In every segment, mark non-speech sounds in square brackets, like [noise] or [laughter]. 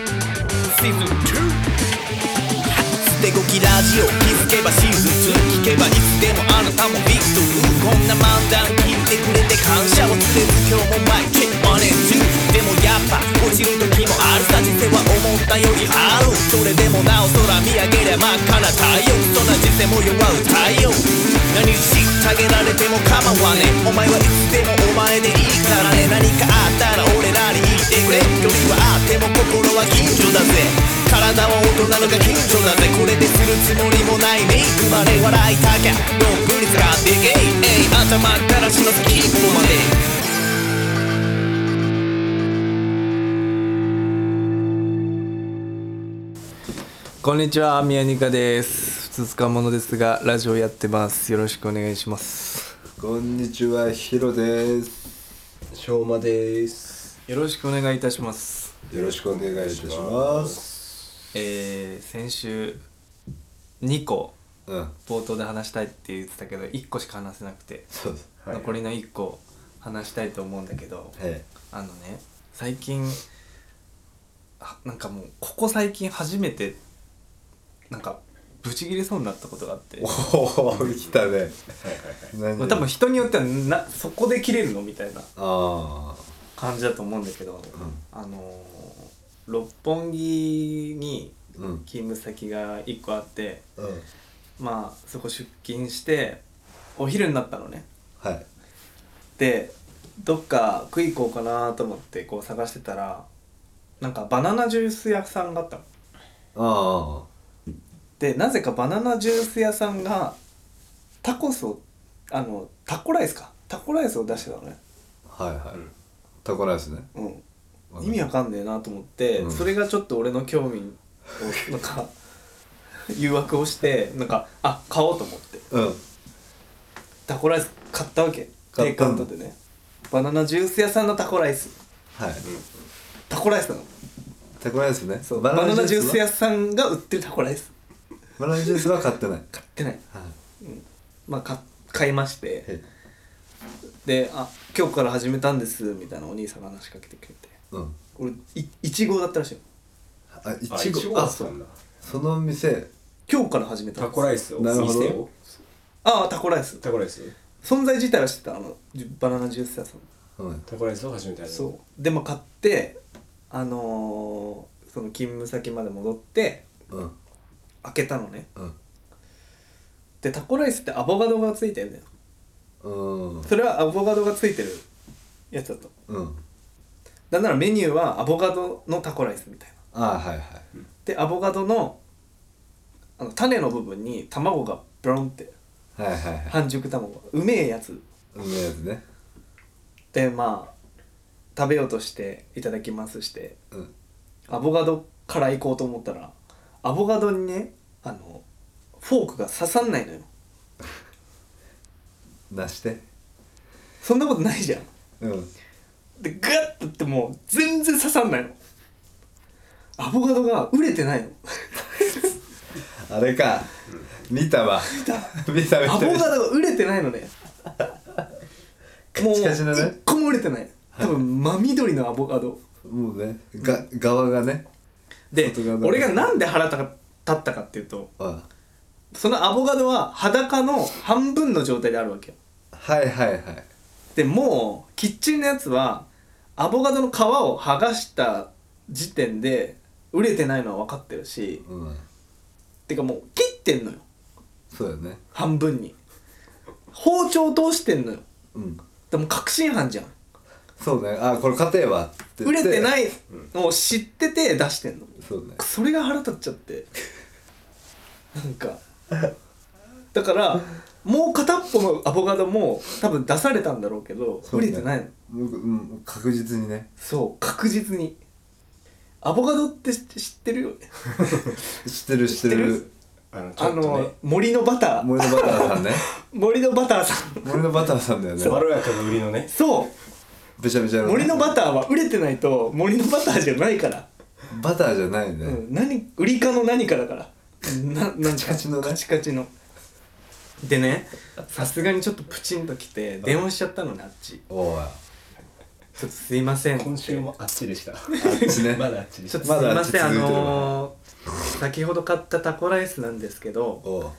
シーズン2捨てゴキラジオ気づけばシーズン2聞けばいつでもあなたもビッグこんな漫談聞いてくれて感謝を伝えず今日もマイケッマネージでもやっぱ落ちる時もあるさ人生は思ったよりあるそれでもなお空見上げりゃ真っ赤な太陽そんな人生も弱う太陽何したげられても構わねえお前はいつでもお前でいいからね何かあったら俺らに言ってくれ距離はあっても心は近所だぜ体は大人のが近所だぜこれでするつもりもないメイクまで笑いたきゃどんぶり使ってけいえい頭から血の先っぽまでこんにちは、宮ニカです。ふつつかものですが、ラジオやってます。よろしくお願いします。こんにちは、ヒロです。しょうまですよろしくお願いいたします。よろしくお願いいたします。えー、先週、2個、うん、冒頭で話したいって言ってたけど、1個しか話せなくて、そうです。はい残りの1個、話したいと思うんだけど、はい。あのね、最近、あなんかもう、ここ最近初めて、なんか、ブチ切れそうになったことがあって、おお、来たね。何まあ多分人によってはな、そこで切れるのみたいな。あ感じだと思うんだけど、んあのー六本木にあ、うん。勤務先が1個あってうん。まあそこ出勤してお昼になったのねはい。でどっか食い行こうかなと思ってこう探してたらなんかバナナジュース屋さんがあったのあでなぜかバナナジュース屋さんがタコスをあのタコライスかタコライスを出してたのねあ、はいはい。タコライスね。うんわかる意味わかんねえなと思って、うんそれがちょっと俺の興味をなんか [laughs] 誘惑をしてなんかあ買おうと思ってうん。タコライス買ったわけ買テっイクたアのウトでねバナナジュース屋さんのタコライスはい。タコライスなのタコライスね。そうバナナジュースは屋さんが売ってるタコライスバナナジュースは買ってない。買ってないはまあか買いましてい。であ今日から始めたんですみたいなお兄さんが話しかけてくれてうん。俺いいちごだったらしいよあ、いあちいちご。ごあ、あそ。そううだその店。今日から始めたんタですコライスをなるほど店をああタコライスタコライス存在自体は知ってたあのジュバナナジュース屋さんうん。タコライスを始めたやつそうでも買ってあのーその勤務先まで戻ってうん。開けたのねうん。でタコライスってアボカドがついてるんだようん。それはアボカドがついてるやつだとうん。なんならメニューはアボカドのタコライスみたいなあ、はいはい。でアボカドのあの種の部分に卵がブロンってはいはいはい。半熟卵うめえやつうめえやつね。でまあ食べようとしていただきますしてうん。アボカドから行こうと思ったらアボカドにねあのフォークが刺さんないのよなして。そんなことないじゃんうん。でガッとってもう全然刺さんないのアボカドが売れて [laughs] ないのあれか、見たわ見た見たアボカドが売れてない [laughs] のねもうチカチだね一個も売れてない多分真緑のアボカドもうねが側がねで外側だね俺がなんで腹立ったかっていうとうんそのアボカドは裸の半分の状態であるわけよはいはいはいでもうキッチンのやつはアボカドの皮を剥がした時点で売れてないのは分かってるしうんてかもう切ってんのよそうだね半分に包丁通してんのようんでも確信犯じゃんそうねあこれ勝てえわって売れてないいのを知ってて出してんのそうねそれが腹立っちゃってなんかだからもう片っぽのアボカドも多分出されたんだろうけどそう売ねれてないのもう、うん、確実にねそう確実にアボカドって知知ってるよね知ってる知って知っるあのちあょっとのね森のバター森のバターさんね森のバターさん森のバターさんだよねまろやかな売りのねそうべちゃべちゃのね森のバターは売れてないと森のバターじゃないからバターじゃないね、うん、何売りかの何かだからななんかカチカチのねカチカチのでねさすがにちょっとプチンときて電話しちゃったのねあっちおいちょっとすいません今週もあっちでしたあっちね [laughs] まだあっちでちしたょっとすいません、まだあ続いてるののー先ほど買ったタコライスなんですけどお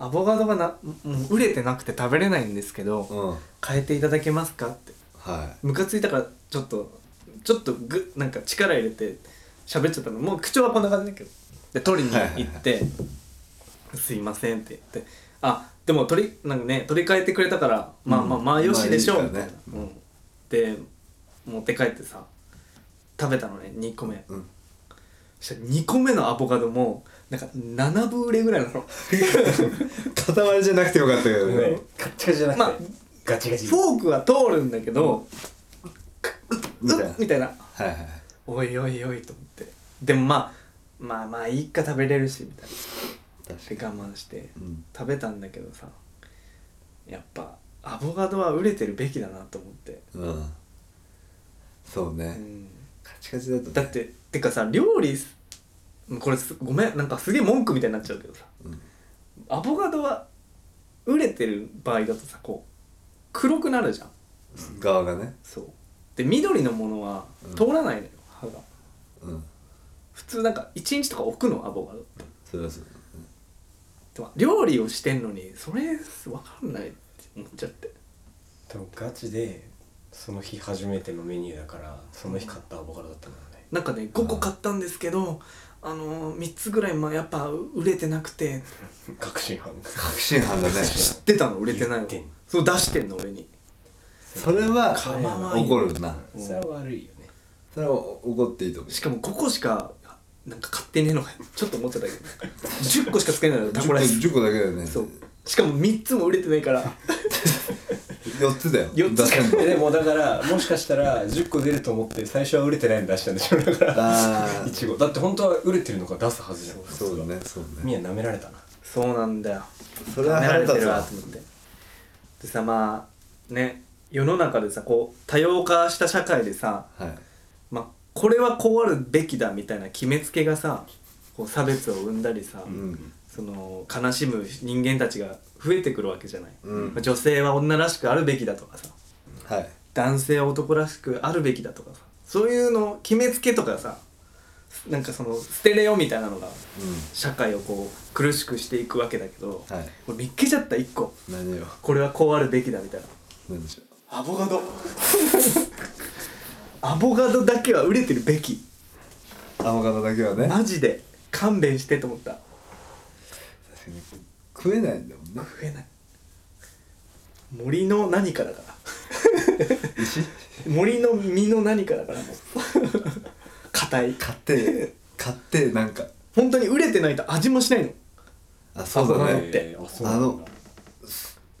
うアボカドがなもう売れてなくて食べれないんですけどうん変えていただけますかってはムカついたからちょっとちょっとぐなんか力入れて喋っちゃったのもう口調はこんな感じだけどで取りに行って「すいません」って言って「あでも取りなんかね取り替えてくれたからまあまあまあよしでしょう」まあいみいたいからなね、うん、で持って帰ってさ食べたのね2個目、うんそしたら2個目のアボカドもなんか7分売れぐ [laughs] らいなのい [laughs] 塊じゃなくてよかったけどねねカッチカチじゃなくて、まあガチガチフォークは通るんだけど「うみったいなみたいなはいはいおいおいおいと思ってでもまあまあまあいいか食べれるしみたいな確で我慢してうん食べたんだけどさやっぱアボカドは売れてるべきだなと思って、うんそううねん、カチカチだとねだっててかさ料理すこれすごめんなんかすげえ文句みたいになっちゃうけどさうんアボカドは売れてる場合だとさこう黒くなるじゃん側がねそうで緑のものは通らないのよ、歯がうん普通なんか1日とか置くのアボカドってそれはそうでも料理をしてんのにそれ分かんないって思っちゃって多分ガチでその日初めてのメニューだからその日買ったアボカドだったんだろうねなんかね5個買ったんですけどあのー、3つぐらいまあやっぱ売れてなくて確信犯確信犯だね知ってたの売れてないの言ってんそう出してんの俺にそれは構わんよ怒るなそれは悪いよねそれは怒っていいと思うしかも5個しかなんか買ってねえのかちょっと思ってたけど10個しか使えないのよタコライス10個だけだよねそうしかも3つも売れてないから4つだよ [laughs] 四つ出せんの [laughs] えでもだからもしかしたら10個出ると思って最初は売れてないの出したんでしょだからあいあちごだって本当は売れてるのが出すはずじゃんそうだねそうだねみや舐められたなそうなんだよそれは腹立つ舐めらわれてるわと思ってでさまあね世の中でさこう多様化した社会でさはいまあ、これはこうあるべきだみたいな決めつけがさこう差別を生んだりさ、うんその悲しむ人間たちが増えてくるわけじゃない、うんまあ女性は女らしくあるべきだとかさはい男性は男らしくあるべきだとかさそういうの決めつけとかさなんかそのステレオみたいなのがう社会をこう苦しくしていくわけだけど、はいこれ見っけちゃった一個ん何よこれはこうあるべきだみたいな何でしょうアボカド [laughs] アボカドだけは売れてるべきアボカドだけはねマジで勘弁してと思った確かに食えないんだもんね食えない森の何かだから森の実の何かだからもう硬い買って買ってなんか本当に売れてないと味もしないのあそうだアボカドねてあそうなあんだの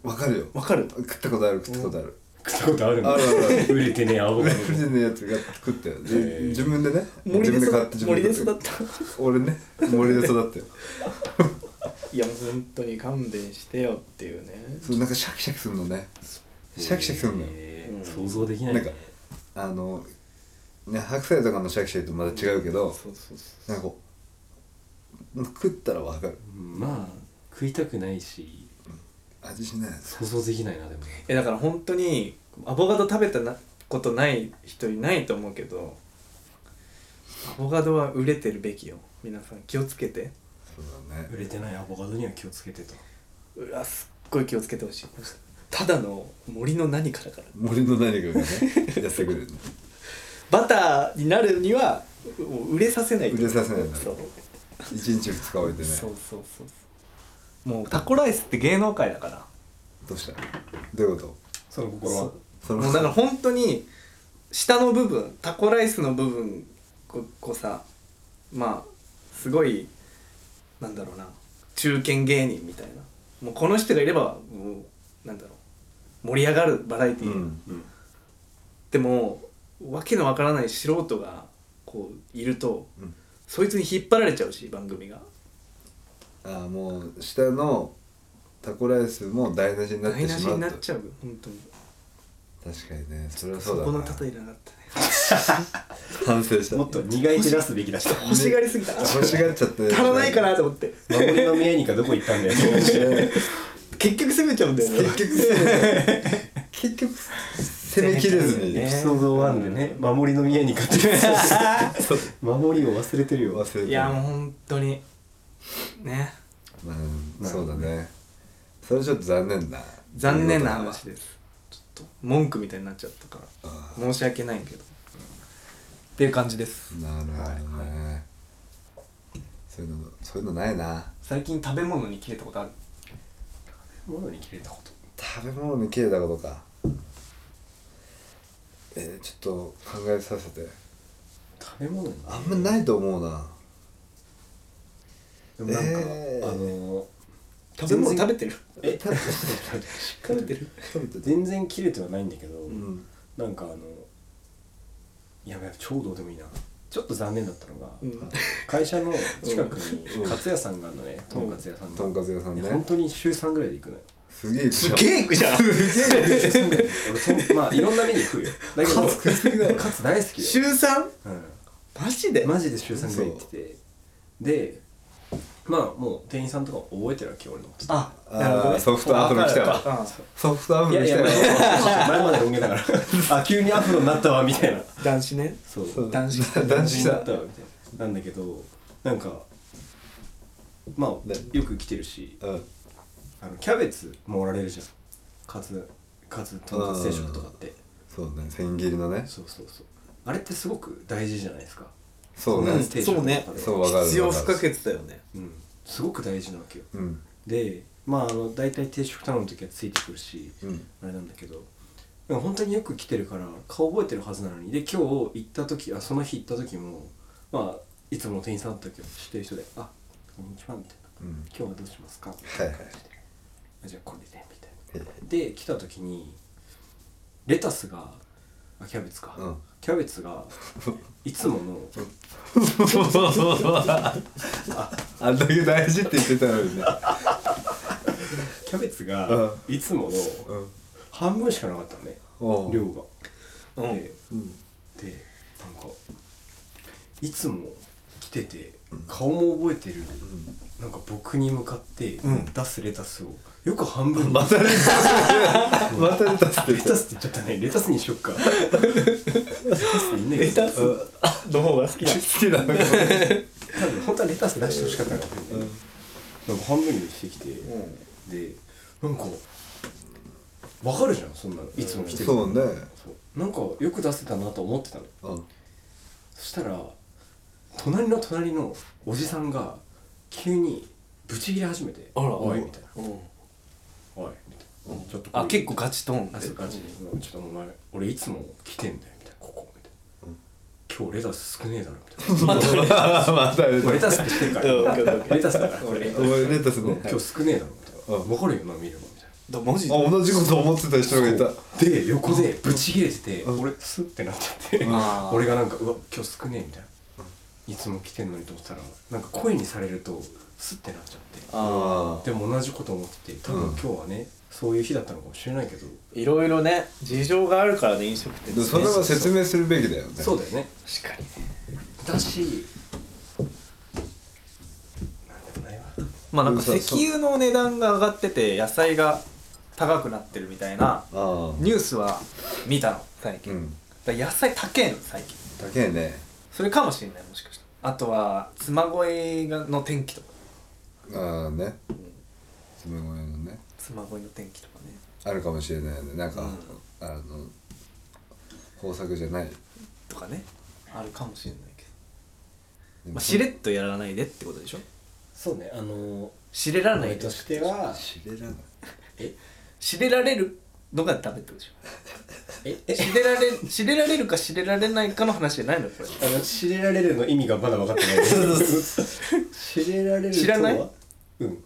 わかるよわかる食ったことある食ったことある食ったことあるんだあるあるある売れてねえアボ俺 [laughs] カ富士のやつが作ったよでへー自分でね森で自分で買育っってた自分森でで食った育よった俺ね森で育ったよいやもう本当に勘弁してよっていうねそうなんかシャキシャキするのねドシャキシャキするのよへうんえ想像できないなんかあのね白菜とかのシャキシャキとまた違うけどそうそうそなんかこう食ったらわかるまあ食いたくないし味しないやつ想像できないなでもうえだから本当にアボカド食べたなことない人いないと思うけどアボカドは売れてるべきよ皆さん気をつけてそうだね売れてないアボカドには気をつけてとうわすっごい気をつけてほしいただの森の何かだから森の何か [laughs] がね痩せてくるのバターになるにはう売れさせないと売れさせないんだそう1日2日置いてねそうそうそうそうもうタコライスって芸能界だからどうしたどういうこその心はとそもうだから本当に下の部分タコライスの部分こうこうさまあすごいなんだろうな中堅芸人みたいなもうこの人がいればもうなんだろう盛り上がるバラエテうィー、んうんでもわけのわからない素人がこういると、うんそいつに引っ張られちゃうし番組がああもう下のタコライスも台無しになっ台て無ししまにうなとっちゃう本当に確かにねそれはそそうだこのな例えなかったね反省したもっと苦い手出すべ [laughs] きだした欲しがりすぎた欲しがっちゃって足らないかなと思って守りの宮にかどこ行ったんだよ [laughs] 結局攻めちゃうんだよね結局結局攻めきれずにエエピピソソーードド1 1ででね守りの宮に勝ってる守りを忘れてる忘よれてるいやもう本当にねうん、そうだねそれちょっと残念だ残念な話ですちょっと文句みたいになっちゃったからあ申し訳ないけどっていう感じですーなるほどね、そういうのそういうのないな最近食べ物に切れたことある [laughs] 物に切れたこと食べ物に切れたことかえー、ちょっと考えさせて食べ物にあんまないと思うなでもなんか、えーあの食べ物全然食べてるえ食べ食べてる食べてて全然切れてはないんだけど、うんなんかあのいやばいちょうどうでもいいなちょっと残念だったのが、うん会社の近くにうんカツ屋さんがあるのね、とんかつ屋さんが、とんかつ屋さんねで本当に週3ぐらいで行くのよすげえすげえ行く [laughs] じゃん俺とんま [laughs] あいろんなメニュー食うよだけどカツカツ大好き週よ、 3うんマジでマジで週3ぐらい行っててでまあもう店員さんとか覚えてるわけ俺のことあなるほどあーねソフトアフロ来たわかるよわソフトアフいロや来いたやよ前までロン [laughs] 毛だからあ急にアフロになったわみたいなうん男子ねそ [laughs] うそう男子男子になだったわみたいななんだけどなんかまあねよく来てるしうんあのキャベツもおられるじゃんカツカツとんかつ定食とかってそうね千切りのねそうそうそうあれってすごく大事じゃないですかそううんね定食そとかでうねそうわかる必要不可欠だよねうんすごく大事なわけようんでまああの大体定食頼む時はついてくるし、うんあれなんだけどなんか本当によく来てるから顔覚えてるはずなのにで今日行った時あその日行った時もまあいつもの店員さんだったけど知ってる人で「あこんにちは」みたいなう「ん今日はどうしますか?」みはたいいはない感じであじゃあこれでね」みたいなで来た時にレタスがあキャベツか、うんキャベツがいつも [laughs] のあんだけ大事って言ってたのにねキャベツうがんいつものうん半分しかなかったのねおう量が。うんでうんでなんかいつも来てて顔も覚えてる、なんか僕に向かって出すレタスをよく半分またレまたレタスって言ってタスって言っちゃったねレタスにしよっかレタスにねレタスの方が好きな好きなの多分本当はレタス出してほしかったんだけどね、なんか半分にしてきて、でなんかわかるじゃんそんなのいつも来てるそうねそうなんかよく出せたなと思ってたのうんそしたら隣の隣のおじさんが急にブチ切れ始めて「あらおい」みたいなうん「おい」みたいな、ちょっとあ結構ガチトーンであそう感じうんちょっとお前俺いつも来てんだよ」みたいな「ここ」みたいな「今日レタス少ねえだろ」み [laughs] たいなまたレ俺レタスタスってしてるからレタスだからこれお前レタスね今日少ねえだろ」みたいな「うん分かるよな見れば」みたいな。だマジあ同じこと思ってた人がいたで横でブチ切れてて俺スッてなっちゃってあー [laughs] 俺がなんか「うわ今日少ねえ」みたいな、いつも来てんのにと思ったらなんか声にされるとスッてなっちゃってあでも同じこと思ってて多分うん今日はね、そういう日だったのかもしれないけど、いろいろね事情があるからね飲食店ってでそれは説明するべきだよねそうだよね確かにねだしなんでもないわまあなんかそう石そう油の値段が上がってて野菜が高くなってるみたいなああニュースは見たの最近、うんだから野菜高えの最近高えねそれかもしれないもしかしたらあとは妻恋がの天気とかああね爪声のね妻恋の天気とかねあるかもしれないよねなんかうんあの豊作じゃないとかねあるかもしれないけでど、もまあ、しれっとやらないでってことでしょそうねあのしれらない俺でとしてはしれらないえしれられるのがダメってことでしえょえしれられ [laughs] しれられるかしれられないかの話じゃないのこれあの知れられるの意味がまだ分かって [laughs] ない [laughs] 知れられるとは知らないうん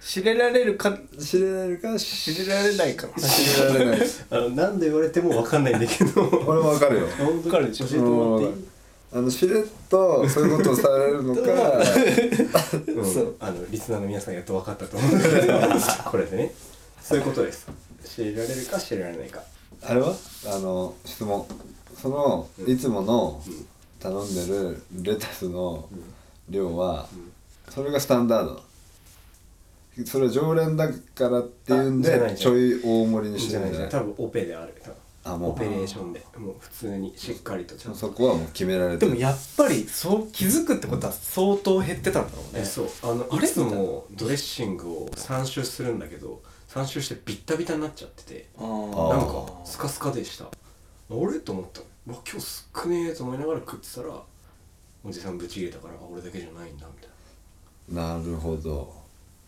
しれられるかしれられるかしれしられないかの話しれられないあの何度言われても分かんないんだけど [laughs] 俺もわかるよ本当わかるでしょ教えてもらってあのしれっとそういうことをされる [laughs] のかいい、うん、あのリスナーの皆さんやっと分かったと思うん [laughs] だけどこれでねそういうことです知れられるか知れられないかあれはあの質問そのいつもの頼んでるレタスの量はそれがスタンダードそれは常連だからっていうんあじゃないでじゃちょないい大盛りにしじてゃなるいんじじゃゃなんい多分オペである多分あもオうペレーションでもう普通にしっかりとちゃんとそこはもう決められでてるもやっぱりそう気づくってことは相当減ってたんだろうえねそうあのいつもドレッシングを3周するんだけど3周してビッタビタになっちゃっててあーなんーかスカスカでした俺と思ったのわ今日少ねえと思いながら食ってたらおじさんぶち切れたからあ俺だけじゃないんだみたいななるほど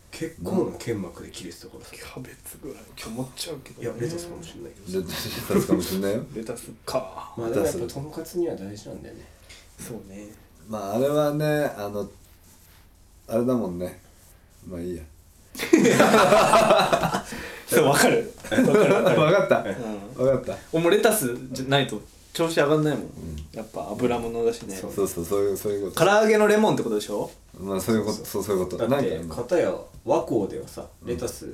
結構な腱膜で切れてたからさキャベツぐらい今日持っちゃうけどいやレタスかもねしれないけどレタス立つかもしれないよレタスかまあでもやっぱとんかつには大事なんだよねそうねまああれはねあのあれだもんねまあいいやそうわかる分かったん分かった俺もレタスじゃないと調子上がんないもん、やっぱ油物だしねそうそうそうそういうそういうこ唐と揚げのレモンってことでしょまあそういうことそうそういうことだなっんかて今片や和光ではさレタス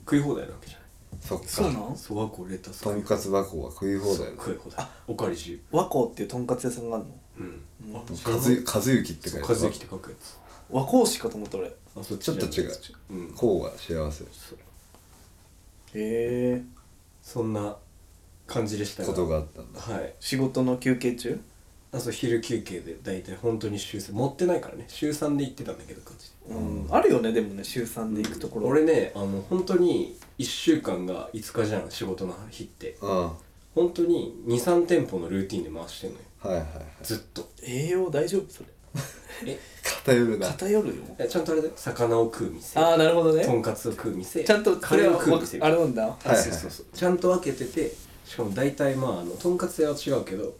食い放題なわけじゃないそっかのそう和光レタスと食んい放か題つ箱は食い放題だ食い放題おかわり自由和光っていうとんかつ屋さんがあるのうんあかずかずゆきって書いてあ和る幸って書くやつ和光市かと思った俺へあそっちょっとじゃ違なういうんこうが幸せそうえそんな感じでしたことがあったんだはい仕事の休憩中あそう昼休憩で大体本当に週3持ってないからね週3で行ってたんだけど感じうん、あるよねでもね週3で行くところ俺ねあの本当に1週間が5日じゃん仕事の日ってうんは本当に23店舗のルーティンで回してんのよいはいはいずっと栄養大丈夫それえ偏るな偏るよえちゃんとあれだよ魚を食う店ああなるほどとんねかつを食う店ちゃんとカそレれーはを食う店あれなんだはいはいそうそうそうちゃんと分けててしかも大体まああのとんかつ屋は違うけど、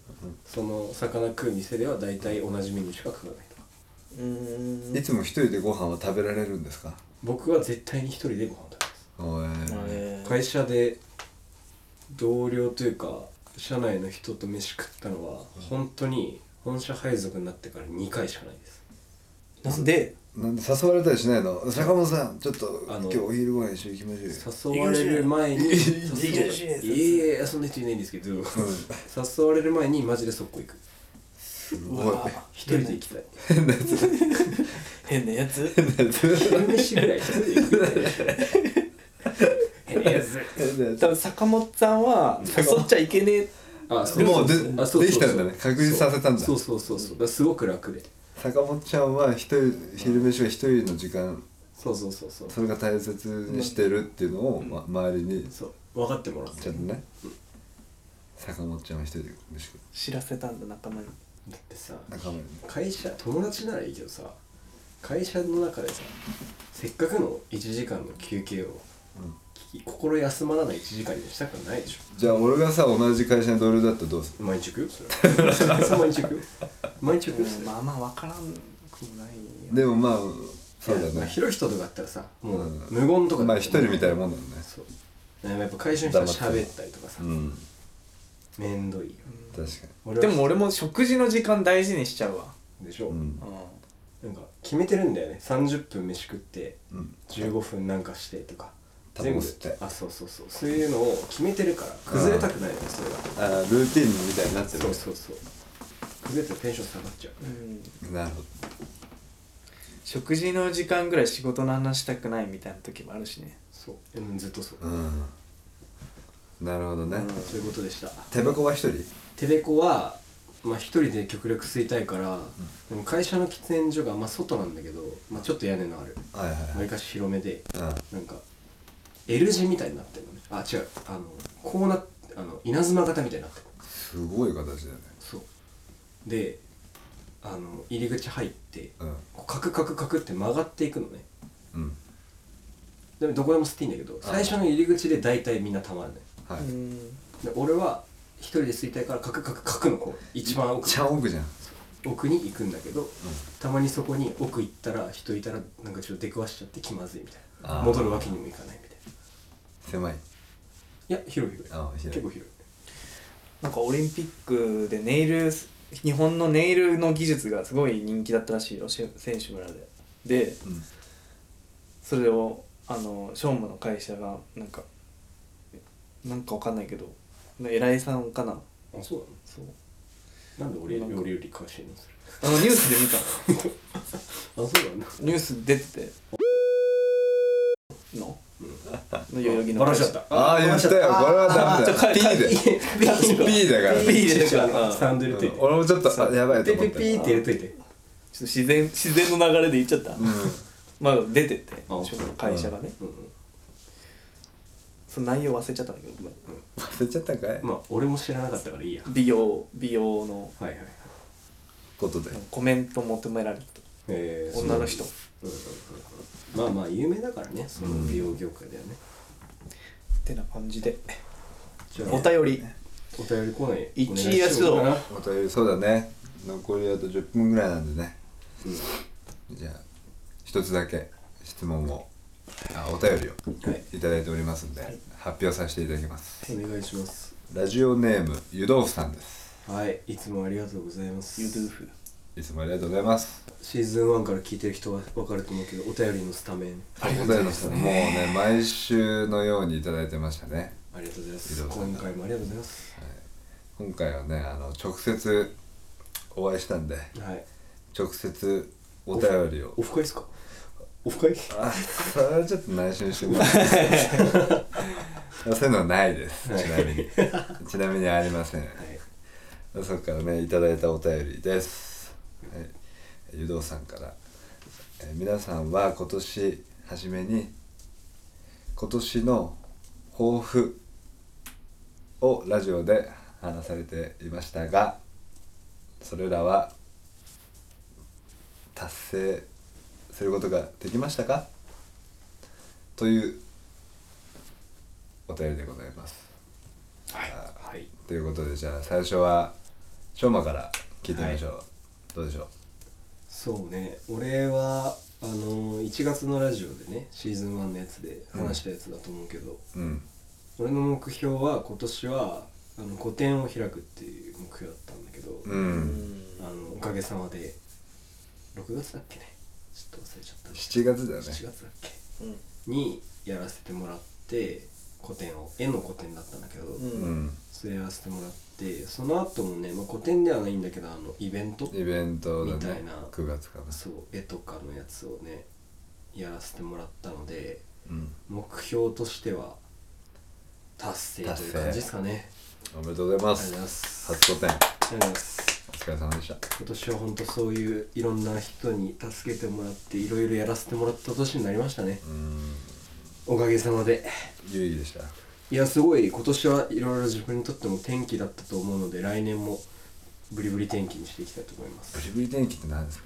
その魚食う店では大体同じメニューしか食わないとかうーんいつも一人でご飯は食べられるんですか僕は絶対に一人でご飯を食べますおええー会社で同僚というか社内の人と飯食ったのは本当に本社配属になってから2回しかないですなんでなんで誘われたりしないの坂本さんちょっとあの今日お昼ご飯一緒に行きましょうよ誘われる前にいいかもしれない誘われいやいやそんな人いないんですけど誘われる前にマジで速攻行くすうごいわ一人で行きたい変なや [laughs] つ昼飯ぐらい一人で行く変なやつ [laughs] 多分坂本さんは誘っちゃいけねえあそもうであそうそうそうできたんだね確立させたんだそうそうそうそうだからすごく楽で坂本ちゃんは一人昼飯は一人の時間そうそうそうそうそれが大切にしてるっていうのを、ま、周りにちそう分かってもらってゃんとね坂本ちゃんは一人で飯食う知らせたんだ仲間にだってさ仲間に会社友達ならいいけどさ会社の中でさせっかくの1時間の休憩を、き心休まらない1時間にしたくないでしじゃあ俺がさ同じ会社の同僚だったらどうすょ毎日 [laughs] 行くよそれそれ毎日行くよ毎日行くよそれまあまあ分からんくもないるでもまあそうだまあね広い人とかだったらさもううん無言とかまあ一人みたいなもんだだもんねそうでもやっぱ会社の人は喋ったりとかさうんめんどいよ確か俺はでも俺も食事の時間大事にしちゃうわでしょ、にうんうなんか決めてるんだよね30分飯食ってうん15分なんかしてとかタバコ吸ってあそうそうそうそういうのを決めてるから崩れたくないよねそれがあールーティンみたいになってるそうそうそう崩れてテンション下がっちゃん、うん、なるほど食事の時間ぐらい仕事の話したくないみたいな時もあるしねうそううんずっとそう、うんなるほどね、うんそういうことでした手箱は一人テレコはまあ一人で極力吸いたいから、でも会社の喫煙所がまあ外なんだけど、まあ、ちょっと屋根のあるはいはいわはいりかし広めでうんなんか L 字みたいになってるのねあ違うあのこうなあの稲妻型みたいになってるすごい形だねそうであの入り口入ってうんこうカクカクカクって曲がっていくのねうんでもどこでも吸っていいんだけど最初の入り口で大体みんなたまるねはい、うんで俺は一人で吸いたいからカクカクカクのこう一番奥ちゃん奥じゃん奥に行くんだけど、たまにそこに奥行ったら人いたらなんかちょっと出くわしちゃって気まずいみたいあなー戻るわけにもいかないみたいな狭いいや広い広いあー広い結構広いなんかオリンピックでネイル日本のネイルの技術がすごい人気だったらしいよ選手村ででうんそれをあのショームの会社がなんかなんかわかんないけど偉いさんかなあそうそうなのなんで俺なんか俺より詳しいのそれあのニュースで見 [laughs] たのあそうなんだニュース出てての、の代々木のバラ会し社ちゃったああ言ったよこれはダメだよ P で P だからピー入れてくからスタンド入れといて俺もちょっとあやばいとピ思っピピてーって入れといてちょっと自然自然の流れで言っちゃった、まあ出てってあちょっと会社がね、うんその内容忘れちゃったんだけどごめん忘れちゃったんかいまあ俺も知らなかったからいいや美容美容のはいはいはいことでコメント求められてえー女の人そううんうんうんまあまあ有名だからねその美容業界ではねってな感じでじゃあお便りお便りコーナー一位お願いしようかなやお便りそうだね残りあと10分ぐらいなんでねじゃあ一つだけ質問をあお便りをはいいただいておりますんで発表させていただきますお願いしますラジオネーム湯豆腐さんですはいいつもありがとうございますゆずうふいつもありがとうございますシーズン1から聞いてる人は分かると思うけどお便りのスタメンありがとうございますもうね毎週のようにいただいてましたねありがとうございまいすろいろ今回もありがとうございます今回はねあの直接お会いしたんではい直接お便りをオフ会ですかオフ会あそれはちょっと内緒にしてもらっていいですかそういうのはないですちなみに [laughs] ちなみにありません、そこからねいただいたお便りです、はい、湯道さんから、えー皆さんは今年初めに今年の抱負をラジオで話されていましたがそれらは達成することができましたかというお便りでございます。はいはいということでじゃあ最初はしょうまから聞いてみましょう、どうでしょうそうね俺はあの1月のラジオでねシーズン1のやつで話したやつだと思うけど、うん俺の目標は今年はあの個展を開くっていう目標だったんだけど、うんあのおかげさまで6月だっけねちょっと忘れちゃった7月だよね7月だっけうんにやらせてもらって個展を絵の個展だったんだけど、うんうんそれやらせてもらってその後もね、まあ、個展ではないんだけどあのイベントイベントだみたねいな9月かなそう絵とかのやつをねやらせてもらったのでうん目標としては達成という感じですかねおめでとうございまありがとうございますす初個展ありがとうございますお疲れ様でした今年は本当そういういろんな人に助けてもらっていろいろやらせてもらった年になりましたねうんおかげさまで有意義でしたいやすごい今年はいろいろ自分にとっても転機だったと思うので来年もブリブリ転機にしていきたいと思いますブリブリ天気って何ですか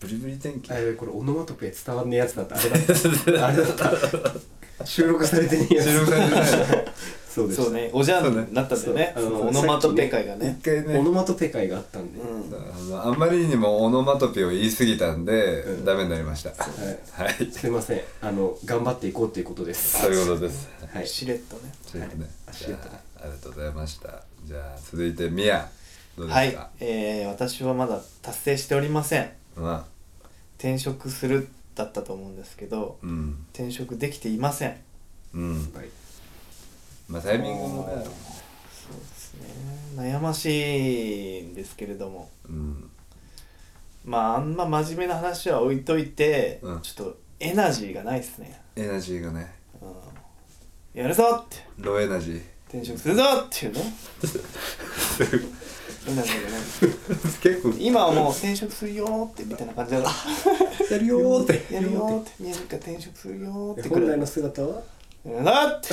ブリブリ天気あやべこれオノマトペ伝わんねえやつだったあれだったあれだった収録されてねえやつ収録されてない [laughs] そうですそうねおじゃんになったんだよねそそうねあののオノマトペ会がね一回ねオノマトペ会があったんで、うはんあのあんまりにもオノマトペを言い過ぎたんで、うん、ダメになりました。はいい。とすいませんあの頑張っていこうということですいうことです。はいしれっとねということであじゃあありがとうございました。じゃあ続いてミヤどうではすいか。、えー、私はまだ達成しておりませんまあ転職するだったと思うんですけどうん転職できていませんうん。はいまあタイミングもね。そうですね悩ましいんですけれどもうんまああんま真面目な話は置いといて、うんちょっとエナジーがないですね、エナジーがねうん、やるぞってローエナジー。転職するぞっていうねエナジーがない結構今はもう転職するよーってみたいな感じだかやるよーって。 [laughs] らやるよーって宮崎が転職するよーってく本ら来いの姿はだって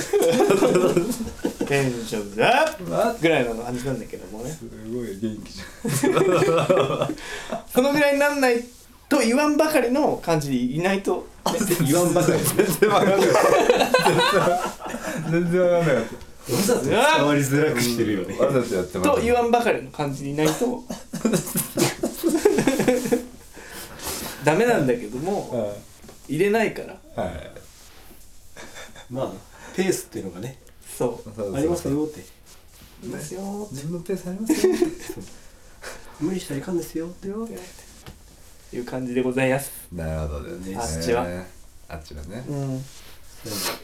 転職だわぐらいの感じなんだけどもねすごい元気じそのぐらいになんないと言わんばかりの感じでいないと言わんばかりゃん。全然わかんなかった。全然わかんなかっわざと伝わりづらくしてるよねた。わざとやってます。と言わんばかりの感じでいないとダメなんだけどうもん入れないからはい。まあペースっていうのがねそうそうそうそうありますよっていいですよーって自分のペースありますよ。無理したらいかんですよってよっていう感じでございますなるほどですね。あっちは。あっちはね。うん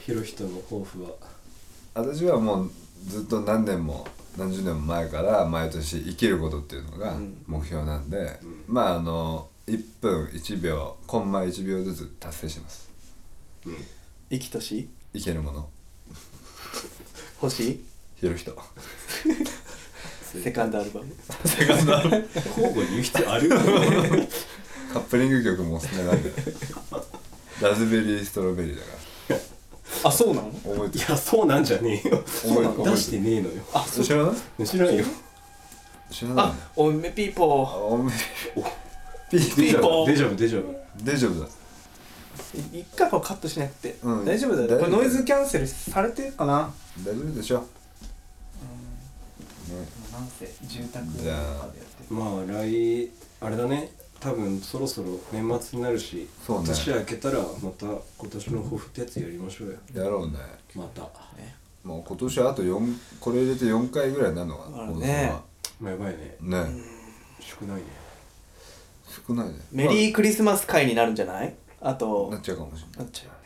ヒロヒトの抱負は私はもうずっと何年も何十年も前から毎年生きることっていうのがうん目標なんで、まああの1分1秒コンマ1秒ずつ達成します。生きとし生けるもの星ひろ [laughs] ひとセカンドアルバム交互に言う必要ある [laughs] カップリング曲もおすすめなんだよラズベリーストロベリーだかあそうなのら覚えているやそうなんじゃねえよ覚えてる出して覚ねえのよあえてる知らない知らんよ知らないあおめピーポーおめピピーーポ大ー丈夫大丈夫大丈夫だ一回これカットしなくて、うん大丈夫だよ大丈こ夫れノイズキャンセルされてるかな大丈夫でしょねなんせ住宅とかでやってまあ来あれだね多分そろそろ年末になるし、そうね年明けたらまた今年の抱負ってやつやりましょうよやろうねまたもう今年あと4これ入れて4回ぐらいになるのかあなるねまあやばいね今年はね少ないね少ないねメリークリスマス会になるんじゃないあとなっちゃうかもしれなないっちゃうよね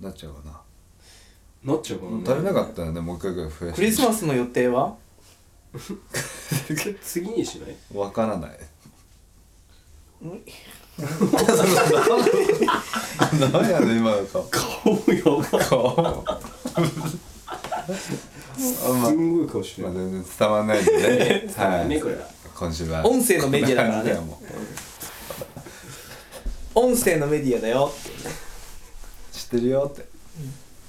なっちゃうかななっちゃうかな足りなかったらねもう一回ぐらい増やしてクリスマスの予定は次にしないわからない何やねん今の顔顔やば顔あんますんごい顔してまある全然伝わらない [laughs] んでねはねいこれ今週は音声のメディアだからねこんな感じよもう音声のメディアだよ知ってるよって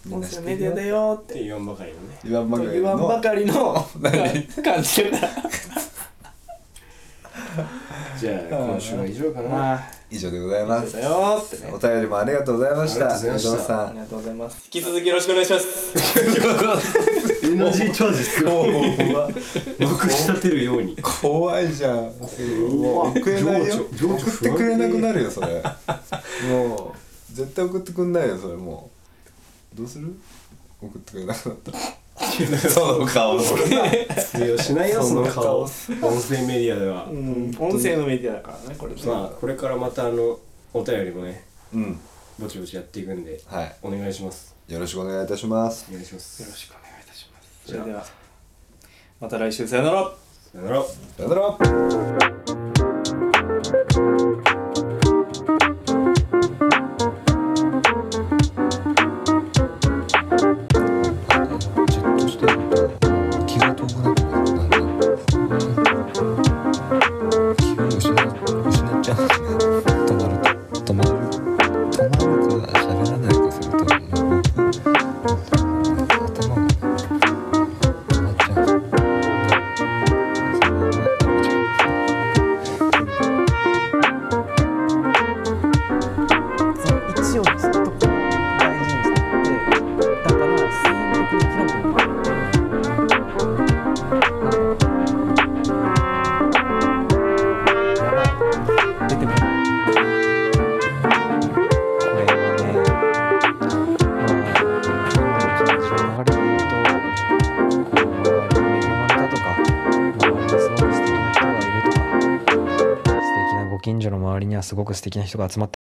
みん音な知声っのてメるディよアだよっってて言わんばかりのね言わんばかりの言わんばかりの [laughs] 何感じだからじゃあ今週は以上かなあ以上でございあまそうすだよってねお便りもありがとうございましたありがとうございましたさあんりがとうございます引き続きよろしくお願いします NG チャージするまくし立てるように怖いじゃんもう送れないよ情緒情緒送ってくれなくなるよそれもう絶対送ってくんないよそれもうどうする送ってくれなくな [laughs] ったその顔そ通用しないよその顔音声メディアではうん音声のメディアだからねこれまあこれからまたあのお便りもねうんぼちぼちやっていくんではお願いしますいよろしくお願いいたしますお願いしますよろしくお願いいたしますそじゃれあではまた来週さよならさよならさよならじっとしてると気が遠くなってくるんだんだん気を失う失っちゃうんだよね止まると止まる止まるから喋らないとするともう頭がね止まっちゃうそのまま食べちゃうその一をずっとこう大事にしててだから自然的に開くのかな出てこないこれはねまあ今の時代の流れで言うとこう周りに恵まれたとか周りにすごく素敵な人がいるとか素敵なご近所の周りにはすごく素敵な人が集まって